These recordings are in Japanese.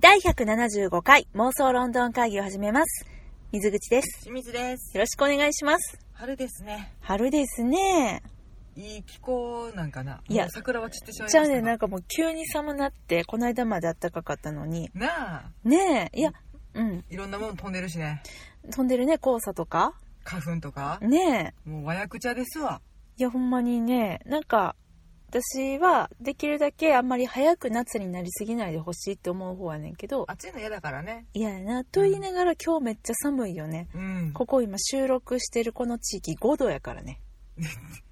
第175回妄想ロンドン会議を始めます。水口です。清水です。よろしくお願いします。春ですね。春ですね。いい気候なんかな。いやもう桜は散ってしまいまじしたゃあがね、なんかもう急に寒なって、この間まで暖かかったのに。なあ、ねえ、いや、うん、いろんなもん飛んでるしね。飛んでるね、黄砂とか。花粉とか、ねえ、もう和訳茶ですわ。いやほんまにね、なんか、私はできるだけあんまり早く夏になりすぎないでほしいって思う方はねんけど、暑いの嫌だからね。嫌やな、と言いながら今日めっちゃ寒いよね。うん。ここ今収録してるこの地域5度やからね。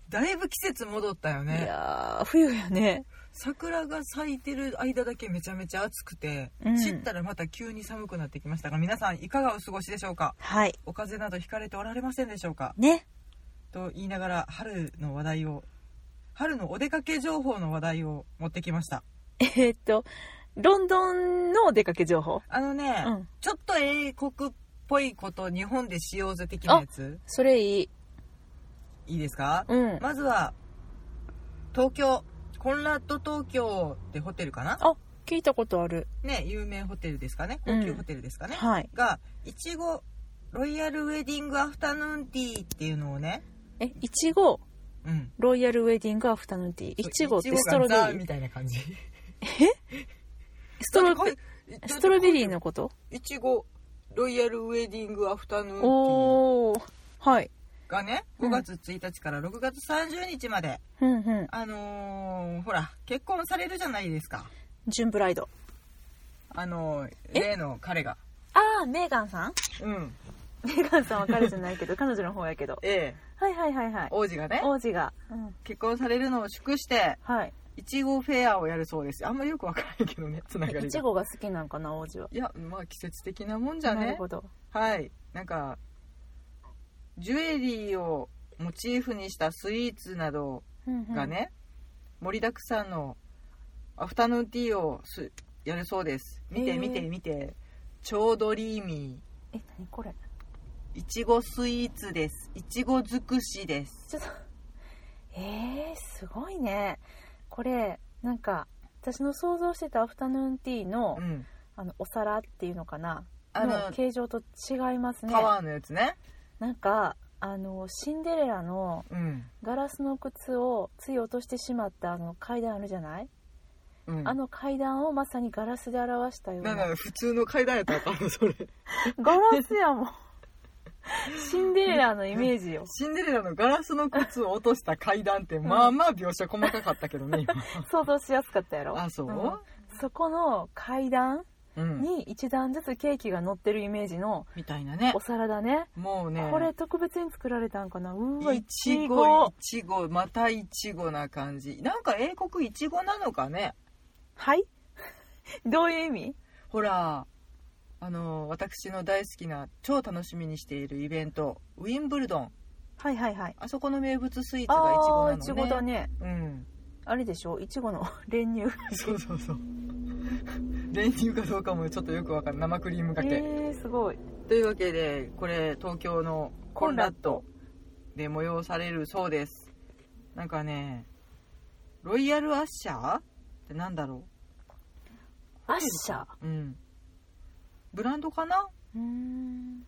だいぶ季節戻ったよいね。やー、冬やね。桜が咲いてる間だけめちゃめちゃ暑くて、うん散ったらまた急に寒くなってきましたが、皆さんいかがお過ごしでしょうかはい。お風邪などひかれておられませんでしょうかね。と言いながら春の話題を、春のお出かけ情報の話題を持ってきました。 えーっと、ロンドンのお出かけ情報。あのね、うんちょっと英国っぽいこと日本でしようぜ的なやつそれいい。いいですか、うん。まずは東京コンラッド東京ってホテルかなあ、聞いたことある。ね有名ホテルですかねうん高級ホテルですかね、はい。がいちごロイヤルウェディングアフタヌーンティーっていうのをねえ、いちご、うんロイヤルウェディングアフタヌーンティー。いちごってストロベリいちごがザー。みたいな感じストロベストロベリーのこといちごロイヤルウェディングアフタヌーンティーおー。はい。がね5月1日から6月30日まで、うんうん。あのーほら結婚されるじゃないですかジュンブライド。あのーえ例の彼があー、メーガンさん うんメーガンさんは彼じゃないけど、彼女の方やけど。ええはいはいはいはい。王子がね王子が。うん。結婚されるのを祝してはい。いちごフェアをやるそうですあんまりよくわからないけどねつながりがいちごが好きなんかな、王子は。いやまあ季節的なもんじゃなねるほど。はいなんかジュエリーをモチーフにしたスイーツなどうんうんが。ね、盛りだくさんのアフタヌーンティーをすやるそうです見へてえ見て見て超ドリーミーえ、何これいちごスイーツです。いちご尽くしです。ちょっと、 えー、すごいね。これ、なんか、私の想像してたアフタヌーンティーの、うん。あの、お皿っていうのかなあの、の形状と違いますねタ。ワーのやつね。なんか、あの、シンデレラのうん。ガラスの靴をつい落としてしまったあの階段あるじゃない、うん。あの階段をまさにガラスで表したようなな。んか普通の階段やったらあかんの それ。 ガラスやもん。シンデレラのイメージよ。シンデレラのガラスの靴を落とした階段って、まあまあ描写細かかったけどね、想像しやすかったやろ 今。あ、そんうそこの階段うん。に一段ずつケーキが乗ってるイメージのみたいなね お。皿だね。もうね、これ特別に作られたんかなうーわ、いいちちご、ごい。ちご、またいちごな感じ。なんか英国いちごなのかねはい どういう意味ほら、あの、私の大好きな、超楽しみにしているイベント、ウィンブルドン。はいはいはい。あそこの名物スイーツあがいちごあー、いなのね。ちごだね。うん。あれでしょいちごの 練乳。そうそうそう。練乳かどうかもちょっとよくわかんない。生クリームかけ。えー、すごい。というわけで、これ東京のコンラッドで催されるそうです。なんかね、ロイヤルアッシャーってなんだろアッシャー。う。うん。ブランドかなうーん。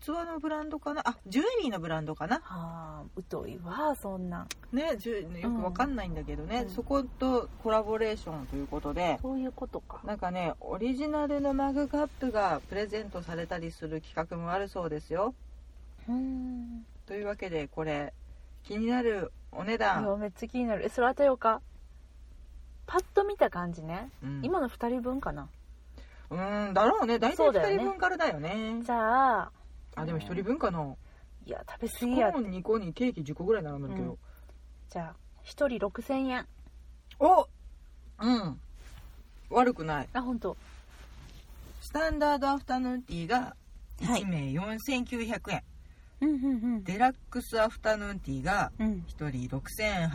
器のブランドかなあ、ジュエリーのブランドかなああ、疎いわ、そんなん。ね、ジュよくわかんないんだけどね、うんそことコラボレーションということで、そういうことか。なんかねオリジナルのマグカップがプレゼントされたりする企画もあるそうですようーん。というわけでこれ気になるお値いや段、めっちゃ気になる。え、それ当てようか。パッと見た感じね。うん、今の二人分かな。うーんだろうね大体そうだよね2人分からだよねじゃあ、あでも1人分かないや、食べ過コぎや。ーン2個にケーキ10個ぐらい並んだけど、じゃあ、一人6000円。おうん悪くないあ、本当。スタンダードアフタヌーンティーが1名4900円、うんうんうん。デラックスアフタヌーンティーがうん。 1人6850円、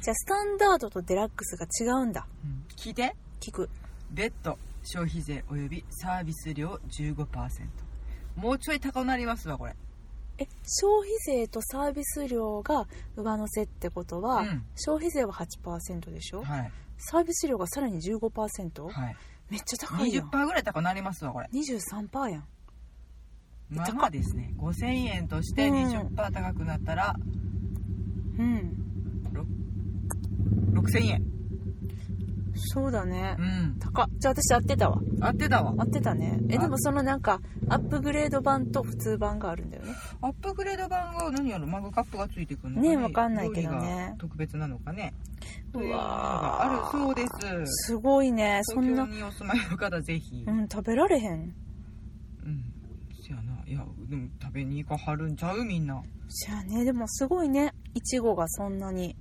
じゃあ、スタンダードとデラックスが違うんだ。聞いて聞く。別途消費税およびサービス料15%もうちょい高くなりますわこれえ消費税とサービス料が上乗せってことは、うん消費税は8%でしょ、はいサービス料がさらに15%、はいめっちゃ高いやん20%ぐらい高くなりますわこれ23%やんまあまあですね5000円としてうん20%高くなったらうん6000円そうだね、うん高っじゃあ私合ってたわ合ってたわ合ってたねえあでもそのなんかアップグレード版と普通版があるんだよねアップグレード版が何やろマグカップがついてくるのかねえわかんないけどね料理が特別なのかねうわーというのがあるそうですすごいねそん東京なにお住まいの方ぜひうん食べられへんうんそやないやでも食べに行かはるんちゃうみんなじゃあねでもすごいねいちごがそんなに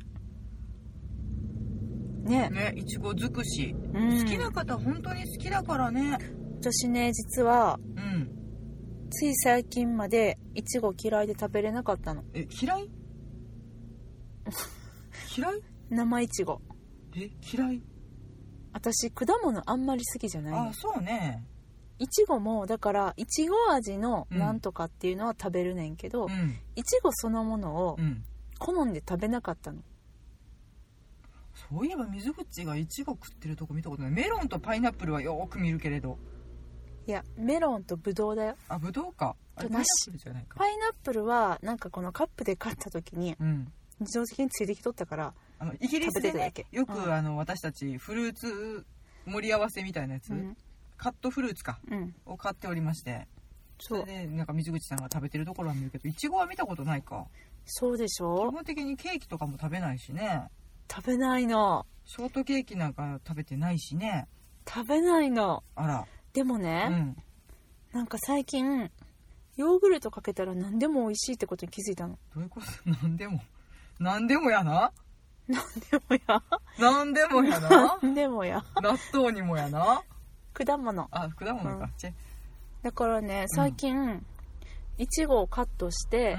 ねねいちご尽くし、うん好きな方本当に好きだからね私ね実はうんつい最近までいちご嫌いで食べれなかったのえ嫌 い嫌い生いちごえ嫌い私果物あんまり好きじゃないあのそうねいちごもだからいちご味のなんとかっていうのは食べるねんけどうんいちごそのものをうん好んで食べなかったのそういえば水口がいちご食ってるとこ見たことないメロンとパイナップルはよーく見るけれどいやメロンとブドウだよあぶどうかあれとパイナッ梨プルじゃないかパイナップルはなんかこのカップで買った時にうん日常的についてきとったからあのイギリスで、ね食べてただけ、よく、うんあの私たちフルーツ盛り合わせみたいなやつ、うん、カットフルーツかうん、を買っておりましてそそれうでなんか水口さんが食べてるところは見るけどいちごは見たことないかそうでし基ょ本的にケーキとかも食べないしね食べないのショートケーキなんか食べてないしね食べないのあでもらね、うんなんか最近ヨーグルトかけたら何でも美味しいってことに気づいたのどういうこと何でも何でもやなでもや何でもや な何でもや納豆にもやな果物あ果物うんか、チェだからね最近いちごをカットして、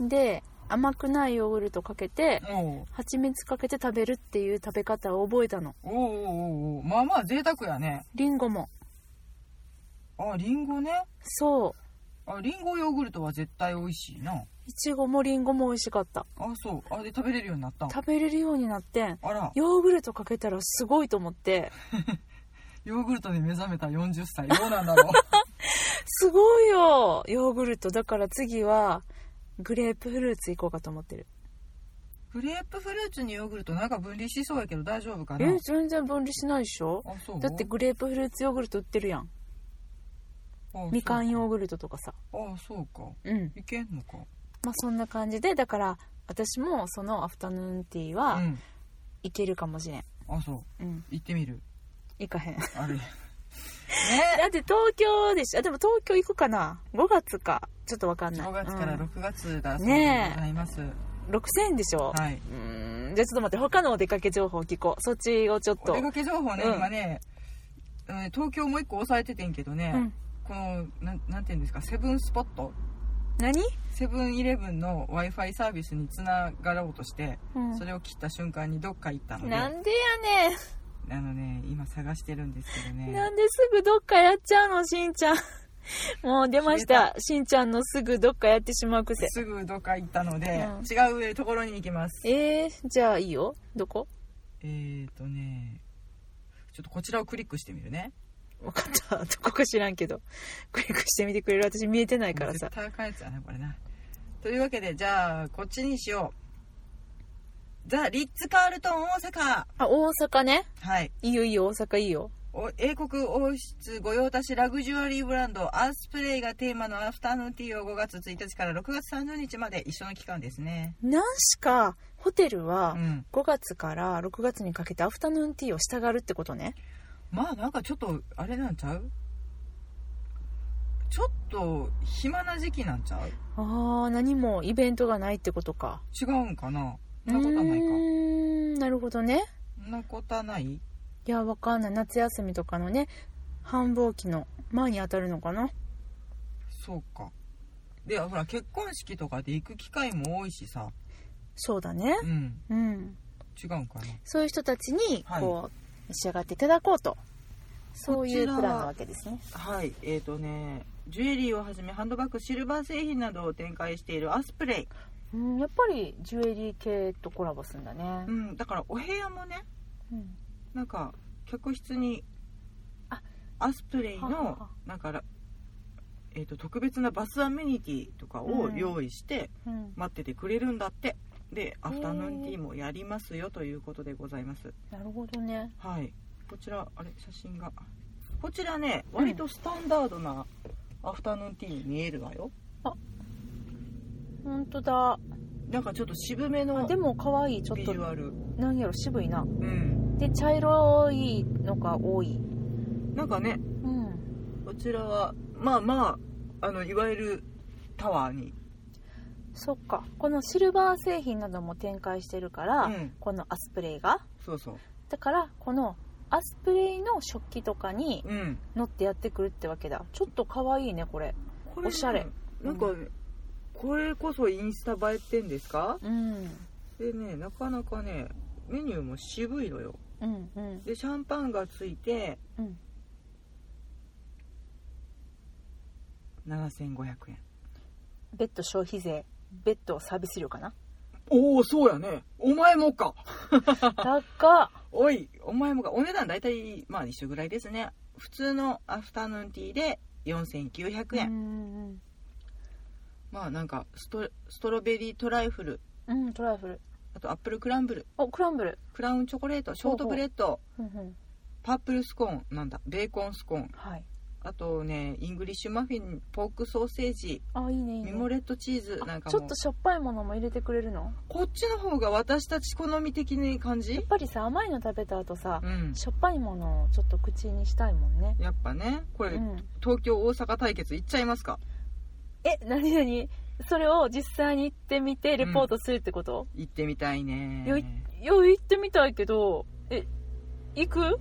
うんで甘くないヨーグルトかけておう蜂蜜かけて食べるっていう食べ方を覚えたのおうおうおうおうまあまあ贅沢やねリンゴもあリンゴねそあリンゴヨーグルトは絶対美味しいなういちごもリンゴも美味しかったあそうあで食べれるようになったん食べれるようになってんあらヨーグルトかけたらすごいと思ってヨーグルトに目覚めた40歳どうなん だろうすごいよヨーグルトだから次はグレープフルーツ行こうかと思ってるグレープフルーツにヨーグルトなんか分離しそうやけど大丈夫かなえ全然分離しないでしょあそうだってグレープフルーツヨーグルト売ってるやんあみかんヨーググルトとかさルトあそうかうんいけんのかまあそんな感じでだから私もそのアフタヌーンティーうはんいけるかもしれんあそううん行ってみる行かへん だあれ ねって東京でしょあでも東京行くかな5月かちょっとわかんない5月からうん6月だそうでねえございます、 6000円でしょ、はいうーんじゃあちょっと待って他のお出かけ情報聞こうそっちをちょっおと出かけ情報ね、うん今ねうん東京もう一個押さえててんけどね、うんこのなんなんていうんですかセブンスポット何、セブンイレブンの w i f i サービスにつながろうとして、うんそれを切った瞬間にどっか行ったのでなんでやねあのね今探してるんですけどん、ねなんですぐどっかやっちゃうのしんちゃん もう出ましたしんちゃんのすぐどっかやってしまう癖すぐどっか行ったので、うん違うところに行きますえー、じゃあいいよどこえーとねちょっとこちらをクリックしてみるね分かった どこか知らんけどクリックしてみてくれる私見えてないからさ絶対あかんやつやなこれなというわけでじゃあこっちにしようザ・リッツ・カールトン大阪あ大阪ねはいいいよいいよ大阪いいよお英国王室御用達ラグジュアリーブランドアースプレイがテーマのアフタヌーンティーを5月1日から6月30日まで一緒の期間ですね何しかホテルうはん5月から6月にかけてアフタヌーンティーをしたがるってことねまあなんかちょっとあれなんちゃうちょっと暇な時期なんちゃうあー何もイベントがないってことか違うんかなそんなことはないうかーんなるほどねそんなことはないいやわかんない夏休みとかのね繁忙期の前に当たるのかなそうかでほら結婚式とかで行く機会も多いしさそうだねうんうん違うんかなそういう人たちにはいこう、召し上がっていただこうとそういうこちらプランなわけですねはいえー、とねジュエリーをはじめハンドバッグシルバー製品などを展開しているアスプレイ、うん、やっぱりジュエリー系とコラボするんだねう、ん、だからお部屋もねうんなんか客室にあアスプレイははのはなんか、らえー、と特別なバスアメニティとかをうん用意してうん、待っててくれるんだって、でアフタヌーンティへーーもやりますよということでございますなるほどねはいこちらあれ写真がこちらね割とスタンダードなアフタヌーンティーに見えるわよ本当だなんかちょっと渋めあのでも可愛いちょっビジとュアルなんやろ渋いなうんで茶色いのが多いなんかねうんこちらはまあまああのいわゆるタワーにそっかこのシルバー製品なども展開してるから、うんこのアスプレイがそうそうだからこのアスプレイの食器とかにうん乗ってやってくるってわけだちょっと可愛いねこれこれねおしゃれなんか、これこそインスタ映えってんですかうんでねなかなかねメニューも渋いのようんうんでシャンパンがついてうん7500円別途消費税別途サービス料かなおおそうやねお前もか高っおいお前もかお値段大体まあ一緒ぐらいですね普通のアフタヌーンティーで4900円、うんまあなんかストストロベリートライフルうんうんトライフルあとアップルクランブルおクランブルクラウンチョコレートショートブレッドうんうんパープルスコーンなんだベーコンスコーンはいあとねイングリッシュマフィンポークソーセージあいいねいいねミモレットチーズあなんかちもょっとしょっぱいものも入れてくれるのこっちの方が私たち好み的に感やじっぱりさ甘いの食べた後さうんしょっぱいものをちょっと口にしたいもんねやっぱねこうれ、ん東京大阪対決いっちゃいますかえ何何それを実際に行ってみてレポートするってこと、行ってみたいねよいいや行ってみたいけどえ行く行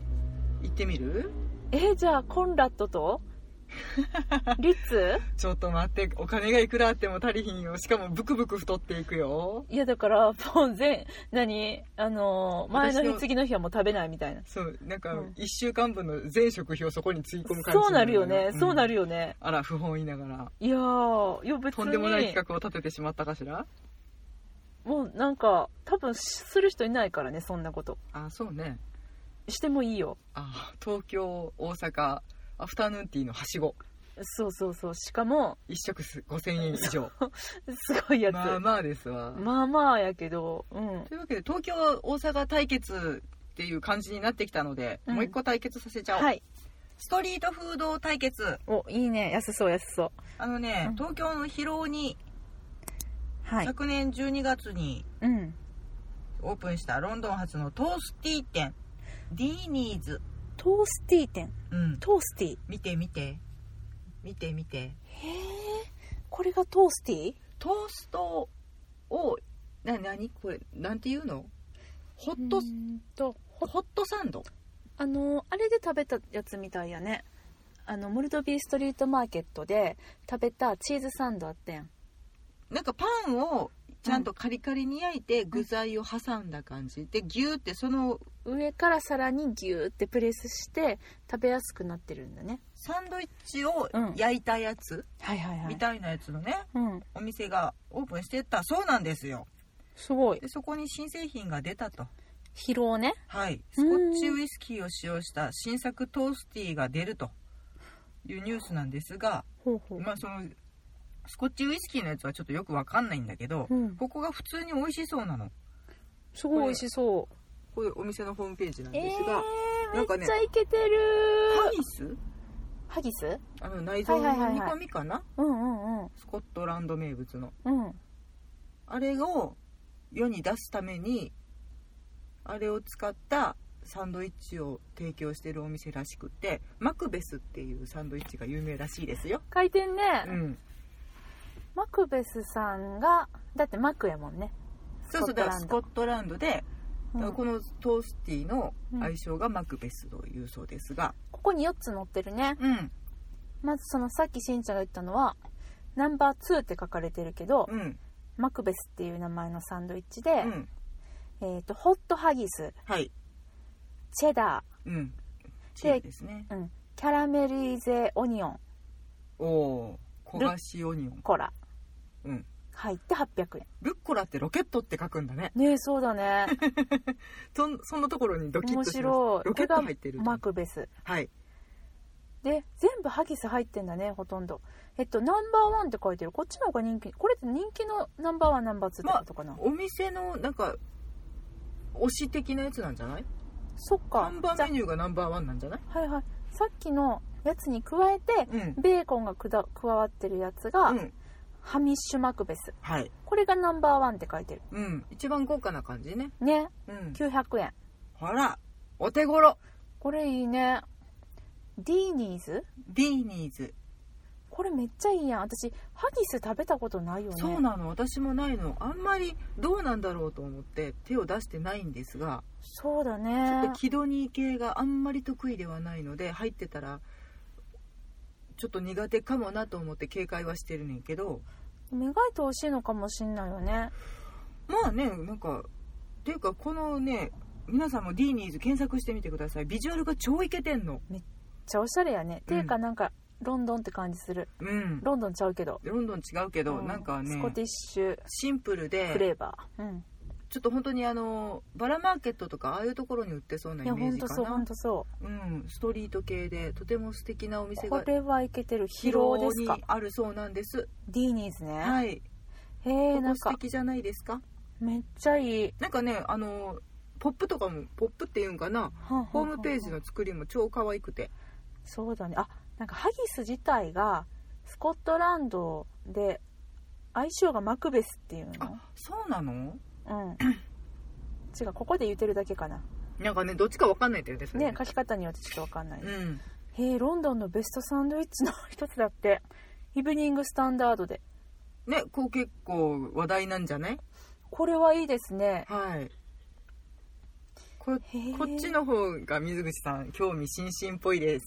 ってみるえじゃあコンラッド とリッツちょっと待ってお金がいくらあっても足りひんよしかもブクブク太っていくよいやだからもう全何あのー前の私日の次の日はもう食べないみたいなそうなんかうん1週間分の全食費をそこについ込む感じそうなるよね、そうなるるよねあら不本意ながらいやーいや別にとんでもない企画を立ててしまったかしらもうなんか多分する人いないからねそんなことあそうねしてもいいよあ東京大阪アフタヌーンティーのはしごそうそうそうしかも1食す5000円以 上すごいやつ、まあまあですわ、まあまあやけど、うん。というわけで東京大阪対決っていう感じになってきたので、うんもう一個対決させちゃおう、はい。ストリートフード対決お、いいね。安そう、安そう。あのね、うん東京の広尾にはい。昨年12月にうん。オープンしたロンドン発のトースティー店ディーニーズ、トースティー店。うん、トースティー。見て見て見て見てへえ。これがトースティートーストをな何これなんていうのホットうーんと、ホットサンドあのー、あれで食べたやつみたいやね。あの、モルドビーストリートマーケットで食べたチーズサンドあったやん。なんかパンをちゃんとカリカリに焼いて具材を挟んだ感じでギューってその上からさらにギューってプレスして食べやすくなってるんだね。サンドイッチをうん焼いたやつはいはいはみい。たいなやつのねうん。お店がオープンしてったそうなんですよすごい。でそこに新製品が出たと疲労ね。はいスコッチウイスキーを使用した新作トースティーが出るというニュースなんですがほうほまあそのスコッチウイスキーのやつはちょっとよくわかんないんだけど、うんここが普通に美味しそうなのすごい美味しそう。これお店のホームページなんえー、ですが、なんかめねっちゃイケてるハギスハギスあの内臓の煮込みかな、うんうんうんスコットランド名物のうんあれを世に出すためにあれを使ったサンドイッチを提供してるお店らしくてマクベスっていうサンドイッチが有名らしいですよ、回転ね、うん、マクベスさんがだってマクやもんねそうそうだからスコッットランドで、トランドうんこのトースティーのうん愛称がマクベスというそうですが、ここに4つ載ってるねうんまずそのさっきしんちゃんが言ったのはナンバー2って書かれてるけど、うんマクベスっていう名前のサンドイッチで、うんえー、とホットハギスはいチェダうんチーズですねー、うん、キャラメリーゼオニオンおおー焦がしオニオンコラうん入って800円ルッコラってロケットって書くんだねねえそうだ ねそんそんなところにドキッと面しました白いロケット入ってるこれがマクベスはいで全部ハギス入ってんだねほとんどえっとナンバーワンって書いてるこっちの方が人気これって人気のナンバーワンナンバーツーってことかな、お店のなんか推し的なやつなんじゃないそっか看板じゃメニューがナンバーワンなんじゃないはいはいさっきのやつに加えてうんベーコンがくだ加わってるやつが、うんハミッシュマクベスはいこれがナンバーワンって書いてるうん一番豪華な感じねねうん900円ほらお手頃これいいねディーニーズディーニーズこれめっちゃいいやん私ハギス食べたことないよねそうなの私もないのあんまりどうなんだろうと思って手を出してないんですがそうだちょっねとキドニー系があんまり得意ではないので入ってたらちょっと苦手かもなと思って警戒はしてるねんけど意外と美味しいのかもしんないよねまあねなんかっていうかこのね皆さんもディーニーズ検索してみてくださいビジュアルが超イケてんのめっちゃおしゃれやね、うんていうかなんかロンドンって感じするうんロンドンちゃうけどロンドン違うけど、うんなんかスねコティッシュシンプルフでレーバー、うんちょっと本当にあのバラマーケットとかああいうところに売ってそうないイやメほーんジとかそうほんなとそうんストリート系でとても素敵なおう店こがれはいけてる疲労広ですにかあるそうなんですディーニーズね、はいへえこなこん素か敵じゃないですかめっちゃいいなんかねあのポップとかもポップっていうんかなホホームページの作りも超可愛くてそうだねあなんかハギス自体がスコットランドで相性がマクベスっていうのあそうなの うん違うここで言ってるだけかななんかねどっちかわかんないんだよねそれね書き方によってちょっとわかんない、うんへえロンドンのベストサンドイッチの一つだってイブニングスタンダードでねこう結構話題なんじゃないこれはいいですねはいこへえこっちの方が水口さん興味津々っぽいです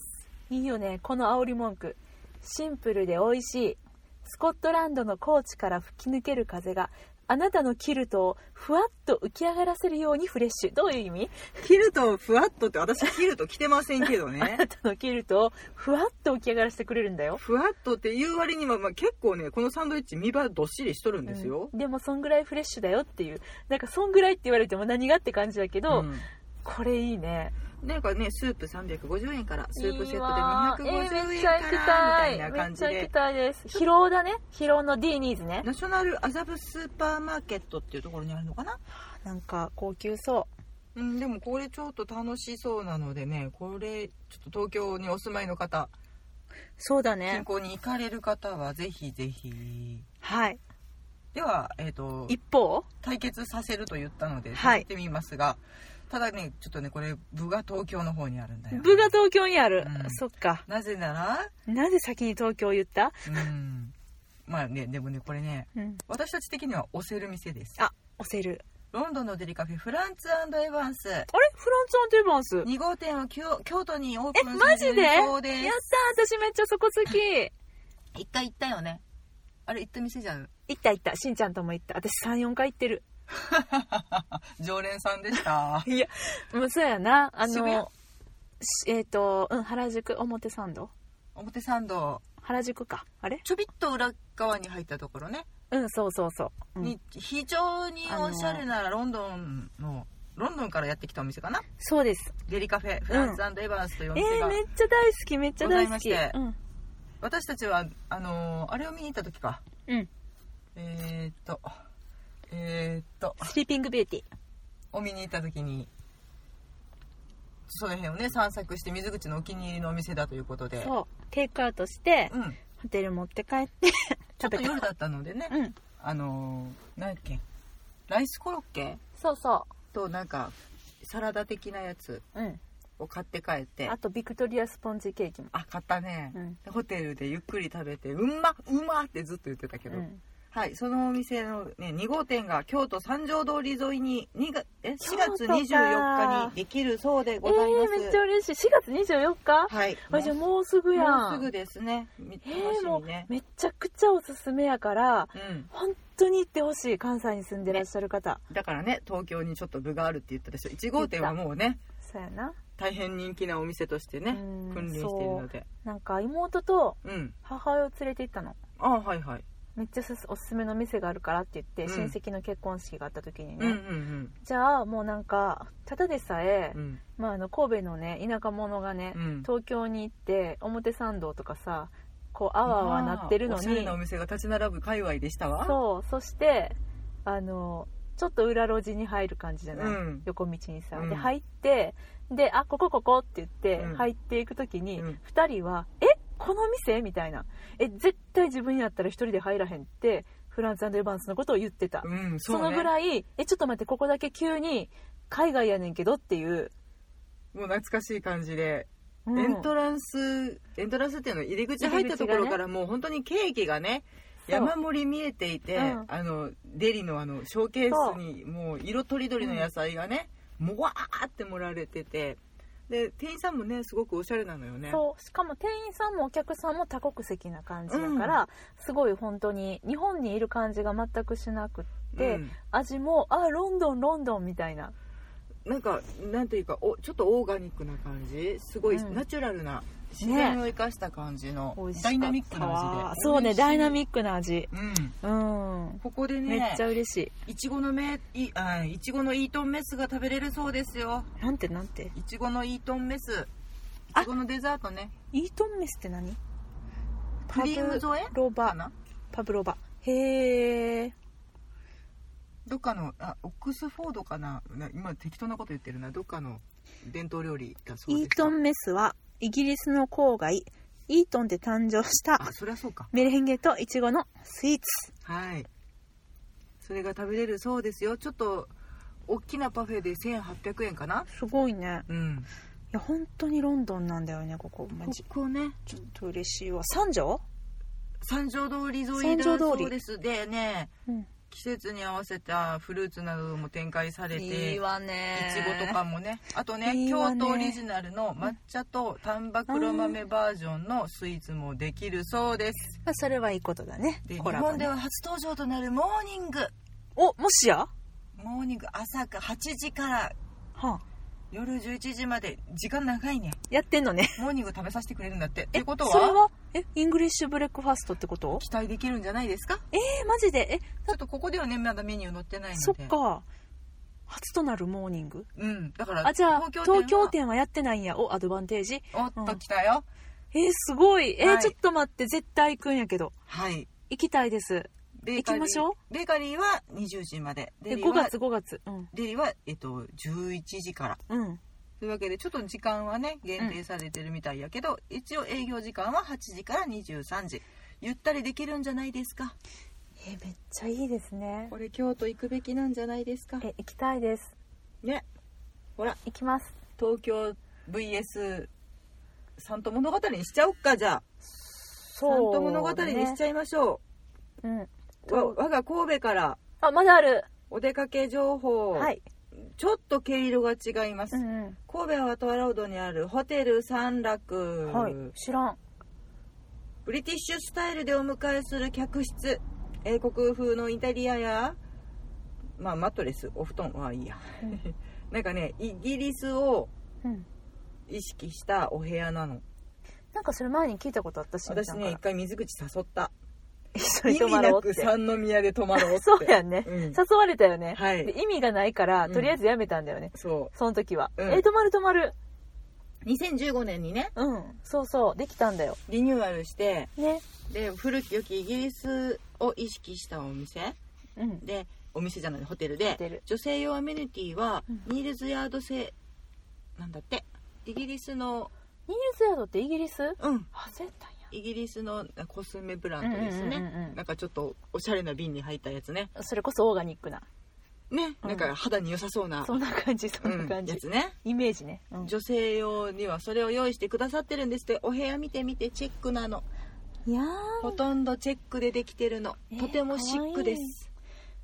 いいよねこの煽り文句シンプルで美味しいスコットランドの高地から吹き抜ける風があなたのキルトをふわっと浮き上がらせるようにフレッシュどういう意味キルトふわっとって私キルト着てませんけどあ ねなたのキルトをふわっと浮き上がらせてくれるんだよふわっとっていう割には、まあ、結構ねこのサンドイッチ見栄えどっしりしとるんですよ、うんでもそんぐらいフレッシュだよっていうなんかそんぐらいって言われても何がって感じだけど、うんこれいいねなんかねスープ350円からスープセいいットで250円かわらーみえーめっちゃた行きいたないめ感っじちゃ行できたいです疲労だね疲労の D ニーズねナショナル麻布スーパーマーケットっていうところにあるのかななんか高級そうんでもこれちょっと楽しそうなのでねこれちょっと東京にお住まいの方うそうだ近ね郊に行かれる方はぜひぜひはいではえっ、と一方対決させると言ったのではやいってみますが、ただねちょっとねこれ部が東京の方にあるんだよ部が東京にある、うんそっかなぜならなぜ先に東京を言った、うんまあねでもねこれねうん、私たち的には押せる店ですあ押せるロンドンのデリカフェフランツエヴァンスあれフランツ・アント・エヴァンスやっ2号店を京京都にオーえプンされマジでるそうでた私めっちゃそこ好き す一回行ったよねあれ行った店じゃん行った行ったしんちゃんとも行った私34回行ってる常連さんでしたいやもうそうやなあ渋谷のしえっ、と、うん、原宿表参道 表参道原宿かあれちょびっと裏側に入ったところね、うんそうそうそう、うんに非常におしゃれなロンドンのロンドンからやってきたお店かなそうですデリカフェフランツエヴァンスというおえ店が、ー、めっちゃ大好きめっちゃ大好きございましてうん私たちはあのーあれを見に行った時かうんえー、っとえー、っとスリーピングビューティーを見に行った時にその辺をね散策して水口のお気に入りのお店だということでそうテイクアウトして、うん、ホテル持って帰ってちょ食っべとた夜だったのでね、うんあのー、何やっけライスコロッケそうそとなんかサラダ的なやつううんを買って帰ってああとビクトリアスポンジケーキも買ったねう、ん、ホテルでゆっくり食べてうんまうまってずっと言ってたけど、うん、はいそのお店の、ね、2号店が京都三条通り沿いに2がえ4京都月か24日にできるそうでえございまー、す、めっちゃ嬉しい4月24日はいあじゃあもうすぐやんもうすぐですね。み楽えしー、もみうね。めちゃくちゃおすすめやからうん。本当に行ってほしい関西に住んでらっしゃる方、だからね、東京にちょっと部があるって言ったでしょ。1号店はもうね、そうやな大変人気なお店としてねうん君臨しているのでなんか妹とうん母親を連れて行ったのああはいはい、めっちゃすおすすめの店があるからって言って、うん親戚の結婚式があった時にうね、んうんじゃあもうなんかただでさえ、うんうんまあ、あの神戸のね田舎者がね、うん東京に行って表参道とかさこうあわあわなってるのああおしゃれになお店が立ち並ぶ界隈でしたわそうそしてあのちょっと裏路地に入る感じじゃない、うん横道にさ、うんで入ってで「あここここ」って言ってうん入っていく時に、うん2人は「えこの店?」みたいな「え絶対自分やったら1人で入らへん」ってフランスエヴァンスのことを言ってた、うんそそう、ね、のぐらい「えちょっと待ってここだけ急に海外やねんけど」っていう、もう懐かしい感じで、うんエントランスエントランスっていうのは入り口入ったところからもう本当にケーキがねそう山盛り見えていて、うんあのデリのあのショーケースにもう色とりどりの野菜がね、もわーって盛られててで店員さんもねすごくおしゃれなのよねそうしかも店員さんもお客さんも多国籍な感じだから、すごい本当に日本にいる感じが全くしなくって、うん味もあロンドンロンドンみたいななんかなんていうかおちょっとオーガニックな感じすごいうんナチュラルな自然を生かした感じの、美味しかダったイナミックな味でそうねダイナッミックな味ク、うん、うんここでめねっちゃ嬉しいいちごのめいあいちごのイートンメスが食べれるそうですよなんてなんていちごのイートンメスいあちごのデザートねイートンメスって何クリーム添えパブロかバなパブロバへえどっかのあオックスフォードかなな今適当なこと言ってるなどっかの伝統料理だそうイでーすトンメスはイギリスの郊外イートンで誕生したあそりゃそうかメレンゲとイチゴのスイーツはいそれが食べれるそうですよちょっと大きなパフェで1800円かなすごいねうんいや本当にロンドンなんだよねここマこジこねちょっと嬉しいわ三条、三条通り沿いだそうですでねうん、季節に合わせたフルーツなども展開されていいわねいちごとかもねあとねいいわ京ね都オリジナルの抹茶と丹波黒豆バージョンのスイーツもできるそうですまあ、それはいいことだねで日コラボ本でねは初登場となるモーニングおもしやはモーニング朝か8時からあ夜11時まで時間長いねやってんのねモーニング食べさせてくれるんだってということそれははえイングリッシュブレックファーストってこと期待できるんじゃないですかえー、マジでえちょっとここではねまだメニュー載ってないのでそっか初となるモーニングうんだからあじゃあ東京東京店店はやってないんやおアドバンテージはおっと来たよ、えー、すごいえーはいちょっと待って絶対行くんやけどはい行きたいですベーカリー行きましょうベーカリーは20時まででデリ5は月5月うんデリは、えっと、11時からうんというわけでちょっと時間はね限定されてるみたいやけど、一応営業時間は8時から23時ゆったりできるんじゃないですかえーめっちゃいいですねこれ京都行くべきなんじゃないですかえ行きたいですねほら行きます東京 VS 三都物語にしちゃおっかじゃあ、三そう都物語にしちゃいましょゃうんうわ我が神戸からあまだあるお出かけ情報、はいちょっと毛色が違います、うん、うん神戸アワトワロードにあるホテル三楽、はい知らんブリティッシュスタイルでお迎えする客室英国風のイタリアや、まあ、マットレスお布団はいいやなんかねイギリスをうん意識したお部屋なのなんかそれ前に聞いたことあったしみ私たいなね一回水口誘った一緒に意泊味まなろうくって三宮で泊まろうって そうやんね、うん誘われたよね、はいで意味がないからうんとりあえずやめたんだよね、そその時は、うんえー泊まる泊まるう2015年にねうんそうそうできたんだよリニューアルしてねで古き良きイギリスを意識したお店うんでお店じゃないホテルホテでル女性用アメニティはうんニールズヤード製なんだってイギリスのニュースヤードってイギリスうん焦ったんやイギリスのコスメブランドですね、うんうんうんうんなんかちょっとおしゃれな瓶に入ったやつねそれこそオーガニックなね、うんなんか肌に良さそうなそんな感じそんなうん感じ、やつねイメージね、うん女性用にはそれを用意してくださってるんですってお部屋見てみてチェックなのいやーほとんどチェックでできてるの、えーとてもシックです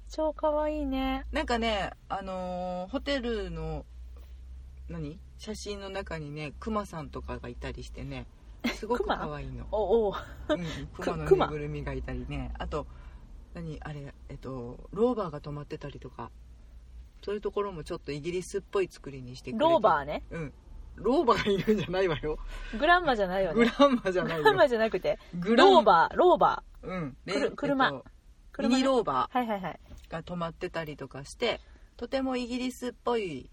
超かわいいねなんかねあのーホテルの何写真の中にねクマさんとかがいたりしてねすごくクマ可愛いの おおうんクマのくぬいぐるみがいたりねあと何あれえっとローバーが止まってたりとかそういうところもちょっとイギリスっぽい作りにしてくれてローバーねうん老婆がいるんじゃないわ よグランマじゃないよグねランマじゃなグいランよマじゃなくてグランローバーローバうんでくる車えっとーミニーローバはいはいはいーが泊まってたりとかしてとてもイギリスっぽい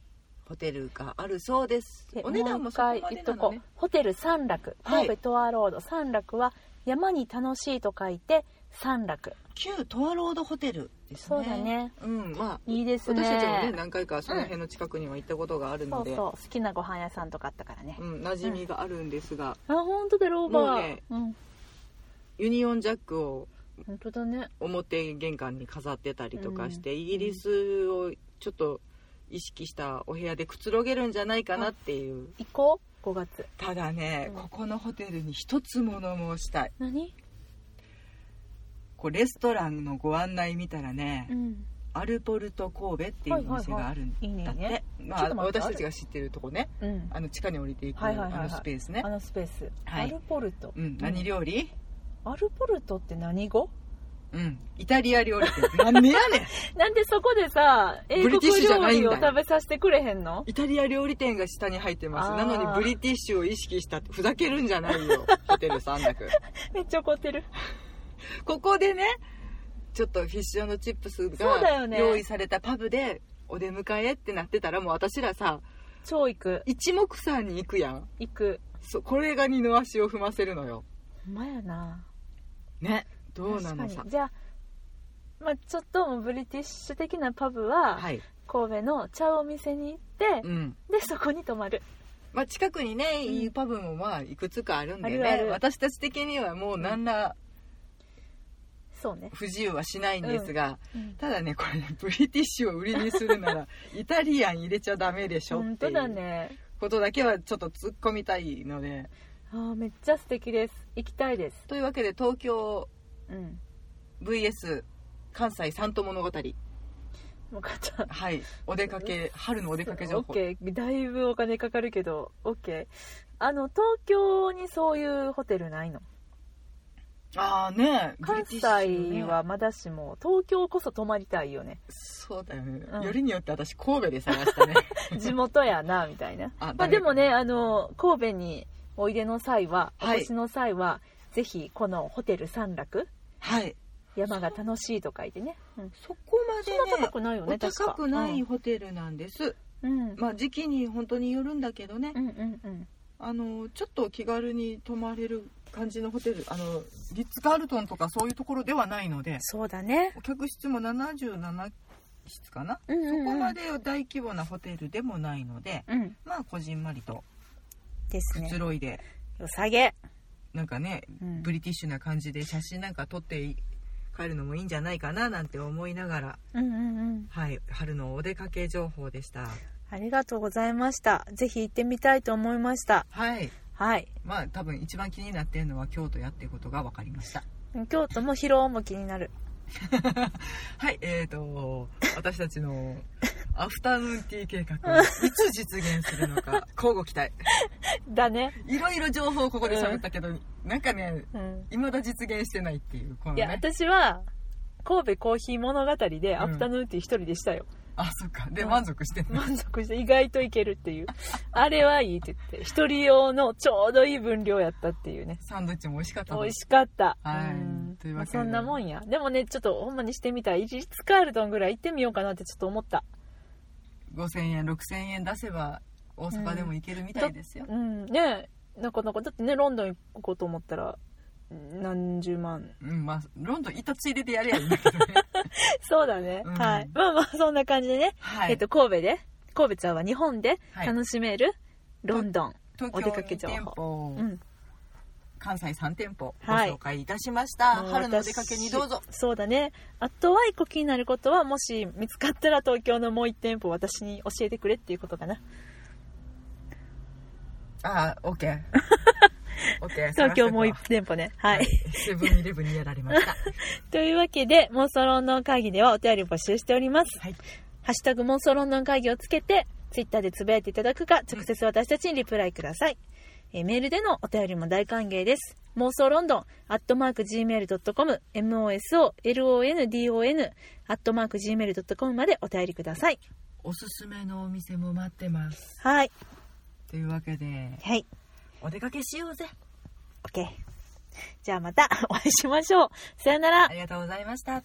ホテルがあるそうですでお値段もそこまう一回で言っとなこのう、ねホテル三楽はい神戸トアロード三楽は山に楽しいと書いて三楽旧トアロードホテルですねそうだねうんまあいいですね私たちもね何回かその辺の近くには行ったことがあるそのうで、そう好きなご飯屋さんとかあったからね、うん、馴染みがあるんですが、あ本当だローもバーうねうんユニオンジャックを本当だね表玄関に飾ってたりとかして、イギリスをちょっと意識したお部屋でくつろげるんじゃないかなっていう行こう5月ただね、うんここのホテルに一つ物申したい何こうレストランのご案内見たらね、うんアルポルト神戸っていうお店があるんだって、はいはいはいいいねいいねまちょっあと待って私たちが知ってるとこねうんあの地下に降りていく、はいはいはいはいあのスペースねあのスペース、はアいルポルト、うん、何料理、アルポルトって何語うん、イタリア料理って なんでやねんなんでそこでさ英ブリティッシ国ュじゃ料ないん理だよを食べさせてくれへんのイタリア料理店が下に入ってますあーなのにブリティッシュを意識したってふざけるんじゃないよホテル 三楽めっちゃ怒ってるここでねちょっとフィッシュチップスそうだよがね用意されたパブでお出迎えってなってたらもう私らさ超行く一目散に行くやん行くそこれが二の足を踏ませるのよほんまやなねどうなの確かさにじゃあまあちょっともうブリティッシュ的なパブは、はい神戸の茶お店に行って、うんでそこに泊まるまあ、近くにね、んいいパブもまあいくつかあるんでねあるある私たち的にはもう何らそうね、不自由はしないんですが、うん、ただねこれね ブリティッシュを売りにする ならイタリアン入れちゃダメでしょ本って当いだうねことだけはちょっと突っ込みたいのであーめっちゃ素敵です行きたいですというわけで東京うん VS 関西三都物語分かったはいお出かけ春のお出かけ情報オッケーだいぶお金かかるけど OK あの東京にそういうホテルないのああねブリ関ティッシュね西はまだしも東京こそ泊まりたいよ ねそうだよね、うんよりによって私神戸で探したね地元やなみたいなあまあ、ダメでもねあの神戸においでの際はおはい越しの際は、ぜひこのホテル三楽 はい山が楽しいと書いてね、うん、そこまでそんなね高くないよねお確か高くないホテルなんです、うん、うんまあ時期に本当によるんだけどね、うんうんうんあのちょっと気軽に泊まれる感じのホテルあのリッツ・カールトンとかそういうところではないのでそうだねお客室も77室かな、うんうんうんそこまで大規模なホテルでもないのでうんまあこじんまりとですくねつろいで、よさげ、なんかねうんブリティッシュな感じで写真なんか撮って帰るのもいいんじゃないかななんて思いながら、うんうんうんはい、春のお出かけ情報でした。ありがとうございましたぜひ行ってみたいと思いましたはいはいまあ多分一番気になってるのは京都やっていうことが分かりました 京都も疲労も気になるはいえー、と私たち のアフタヌーンティー計画をいつ実現するの か交互期待 だね、いろいろ情報をここで喋ったけど、なんかねうん、未だ実現してないっていうこのいやね私は神戸コーヒー物語でアフタヌーンティー一人でしたよ、 あそっかでうん満足してない、満足して意外といけるっていうあれはいいって言って一人用のちょうどいい分量やったっていうねサンドイッチも美味しかった美の味しかった、はいうんというまわあけでそんなもんやでもねちょっとほんまにしてみたいイリッツカールトンぐらい行ってみようかなってちょっと思った5000円6000円出せば大阪でも行けるみたいですよ、うんねえなかなかだってねロンドン行こうと思ったらうん何十万うんまあロンドン行ったついででやれやいいんだけど ねそうだね、うんはいまあまあそんな感じでね、はい、えっと神戸で神戸ちゃんは日本ではい楽しめる、ロンドン、お出東京かけ2情店報舗、うん、関西3店舗ごはい紹介いたしました、もう春のお出かけにどうぞ私そうだねあとは一個気になることはもし見つかったら東京のもう一店舗私に教えてくれっていうことかなああ、オッ ケー。オッケー。東京もう一探せ店舗ねたはわい。セブンイレブンにやられました。 というわけで妄想ロンドン会議ではお便り募集しておりますはい。ハッシュタグ妄想ロンドン会議をつけてツイッターでつぶやいていただくか直接私たちにリプライください、えーメールでのお便りも大歓迎です妄想ロンドンアットマーク Gmail.com MOSOLONDON アットマーク Gmail.com までお便りくださいおすすめのお店も待ってます。はいっというわけではい。お出かけしようぜ OK。じゃあまたお会いしましょう。さよならあ。りがとうございました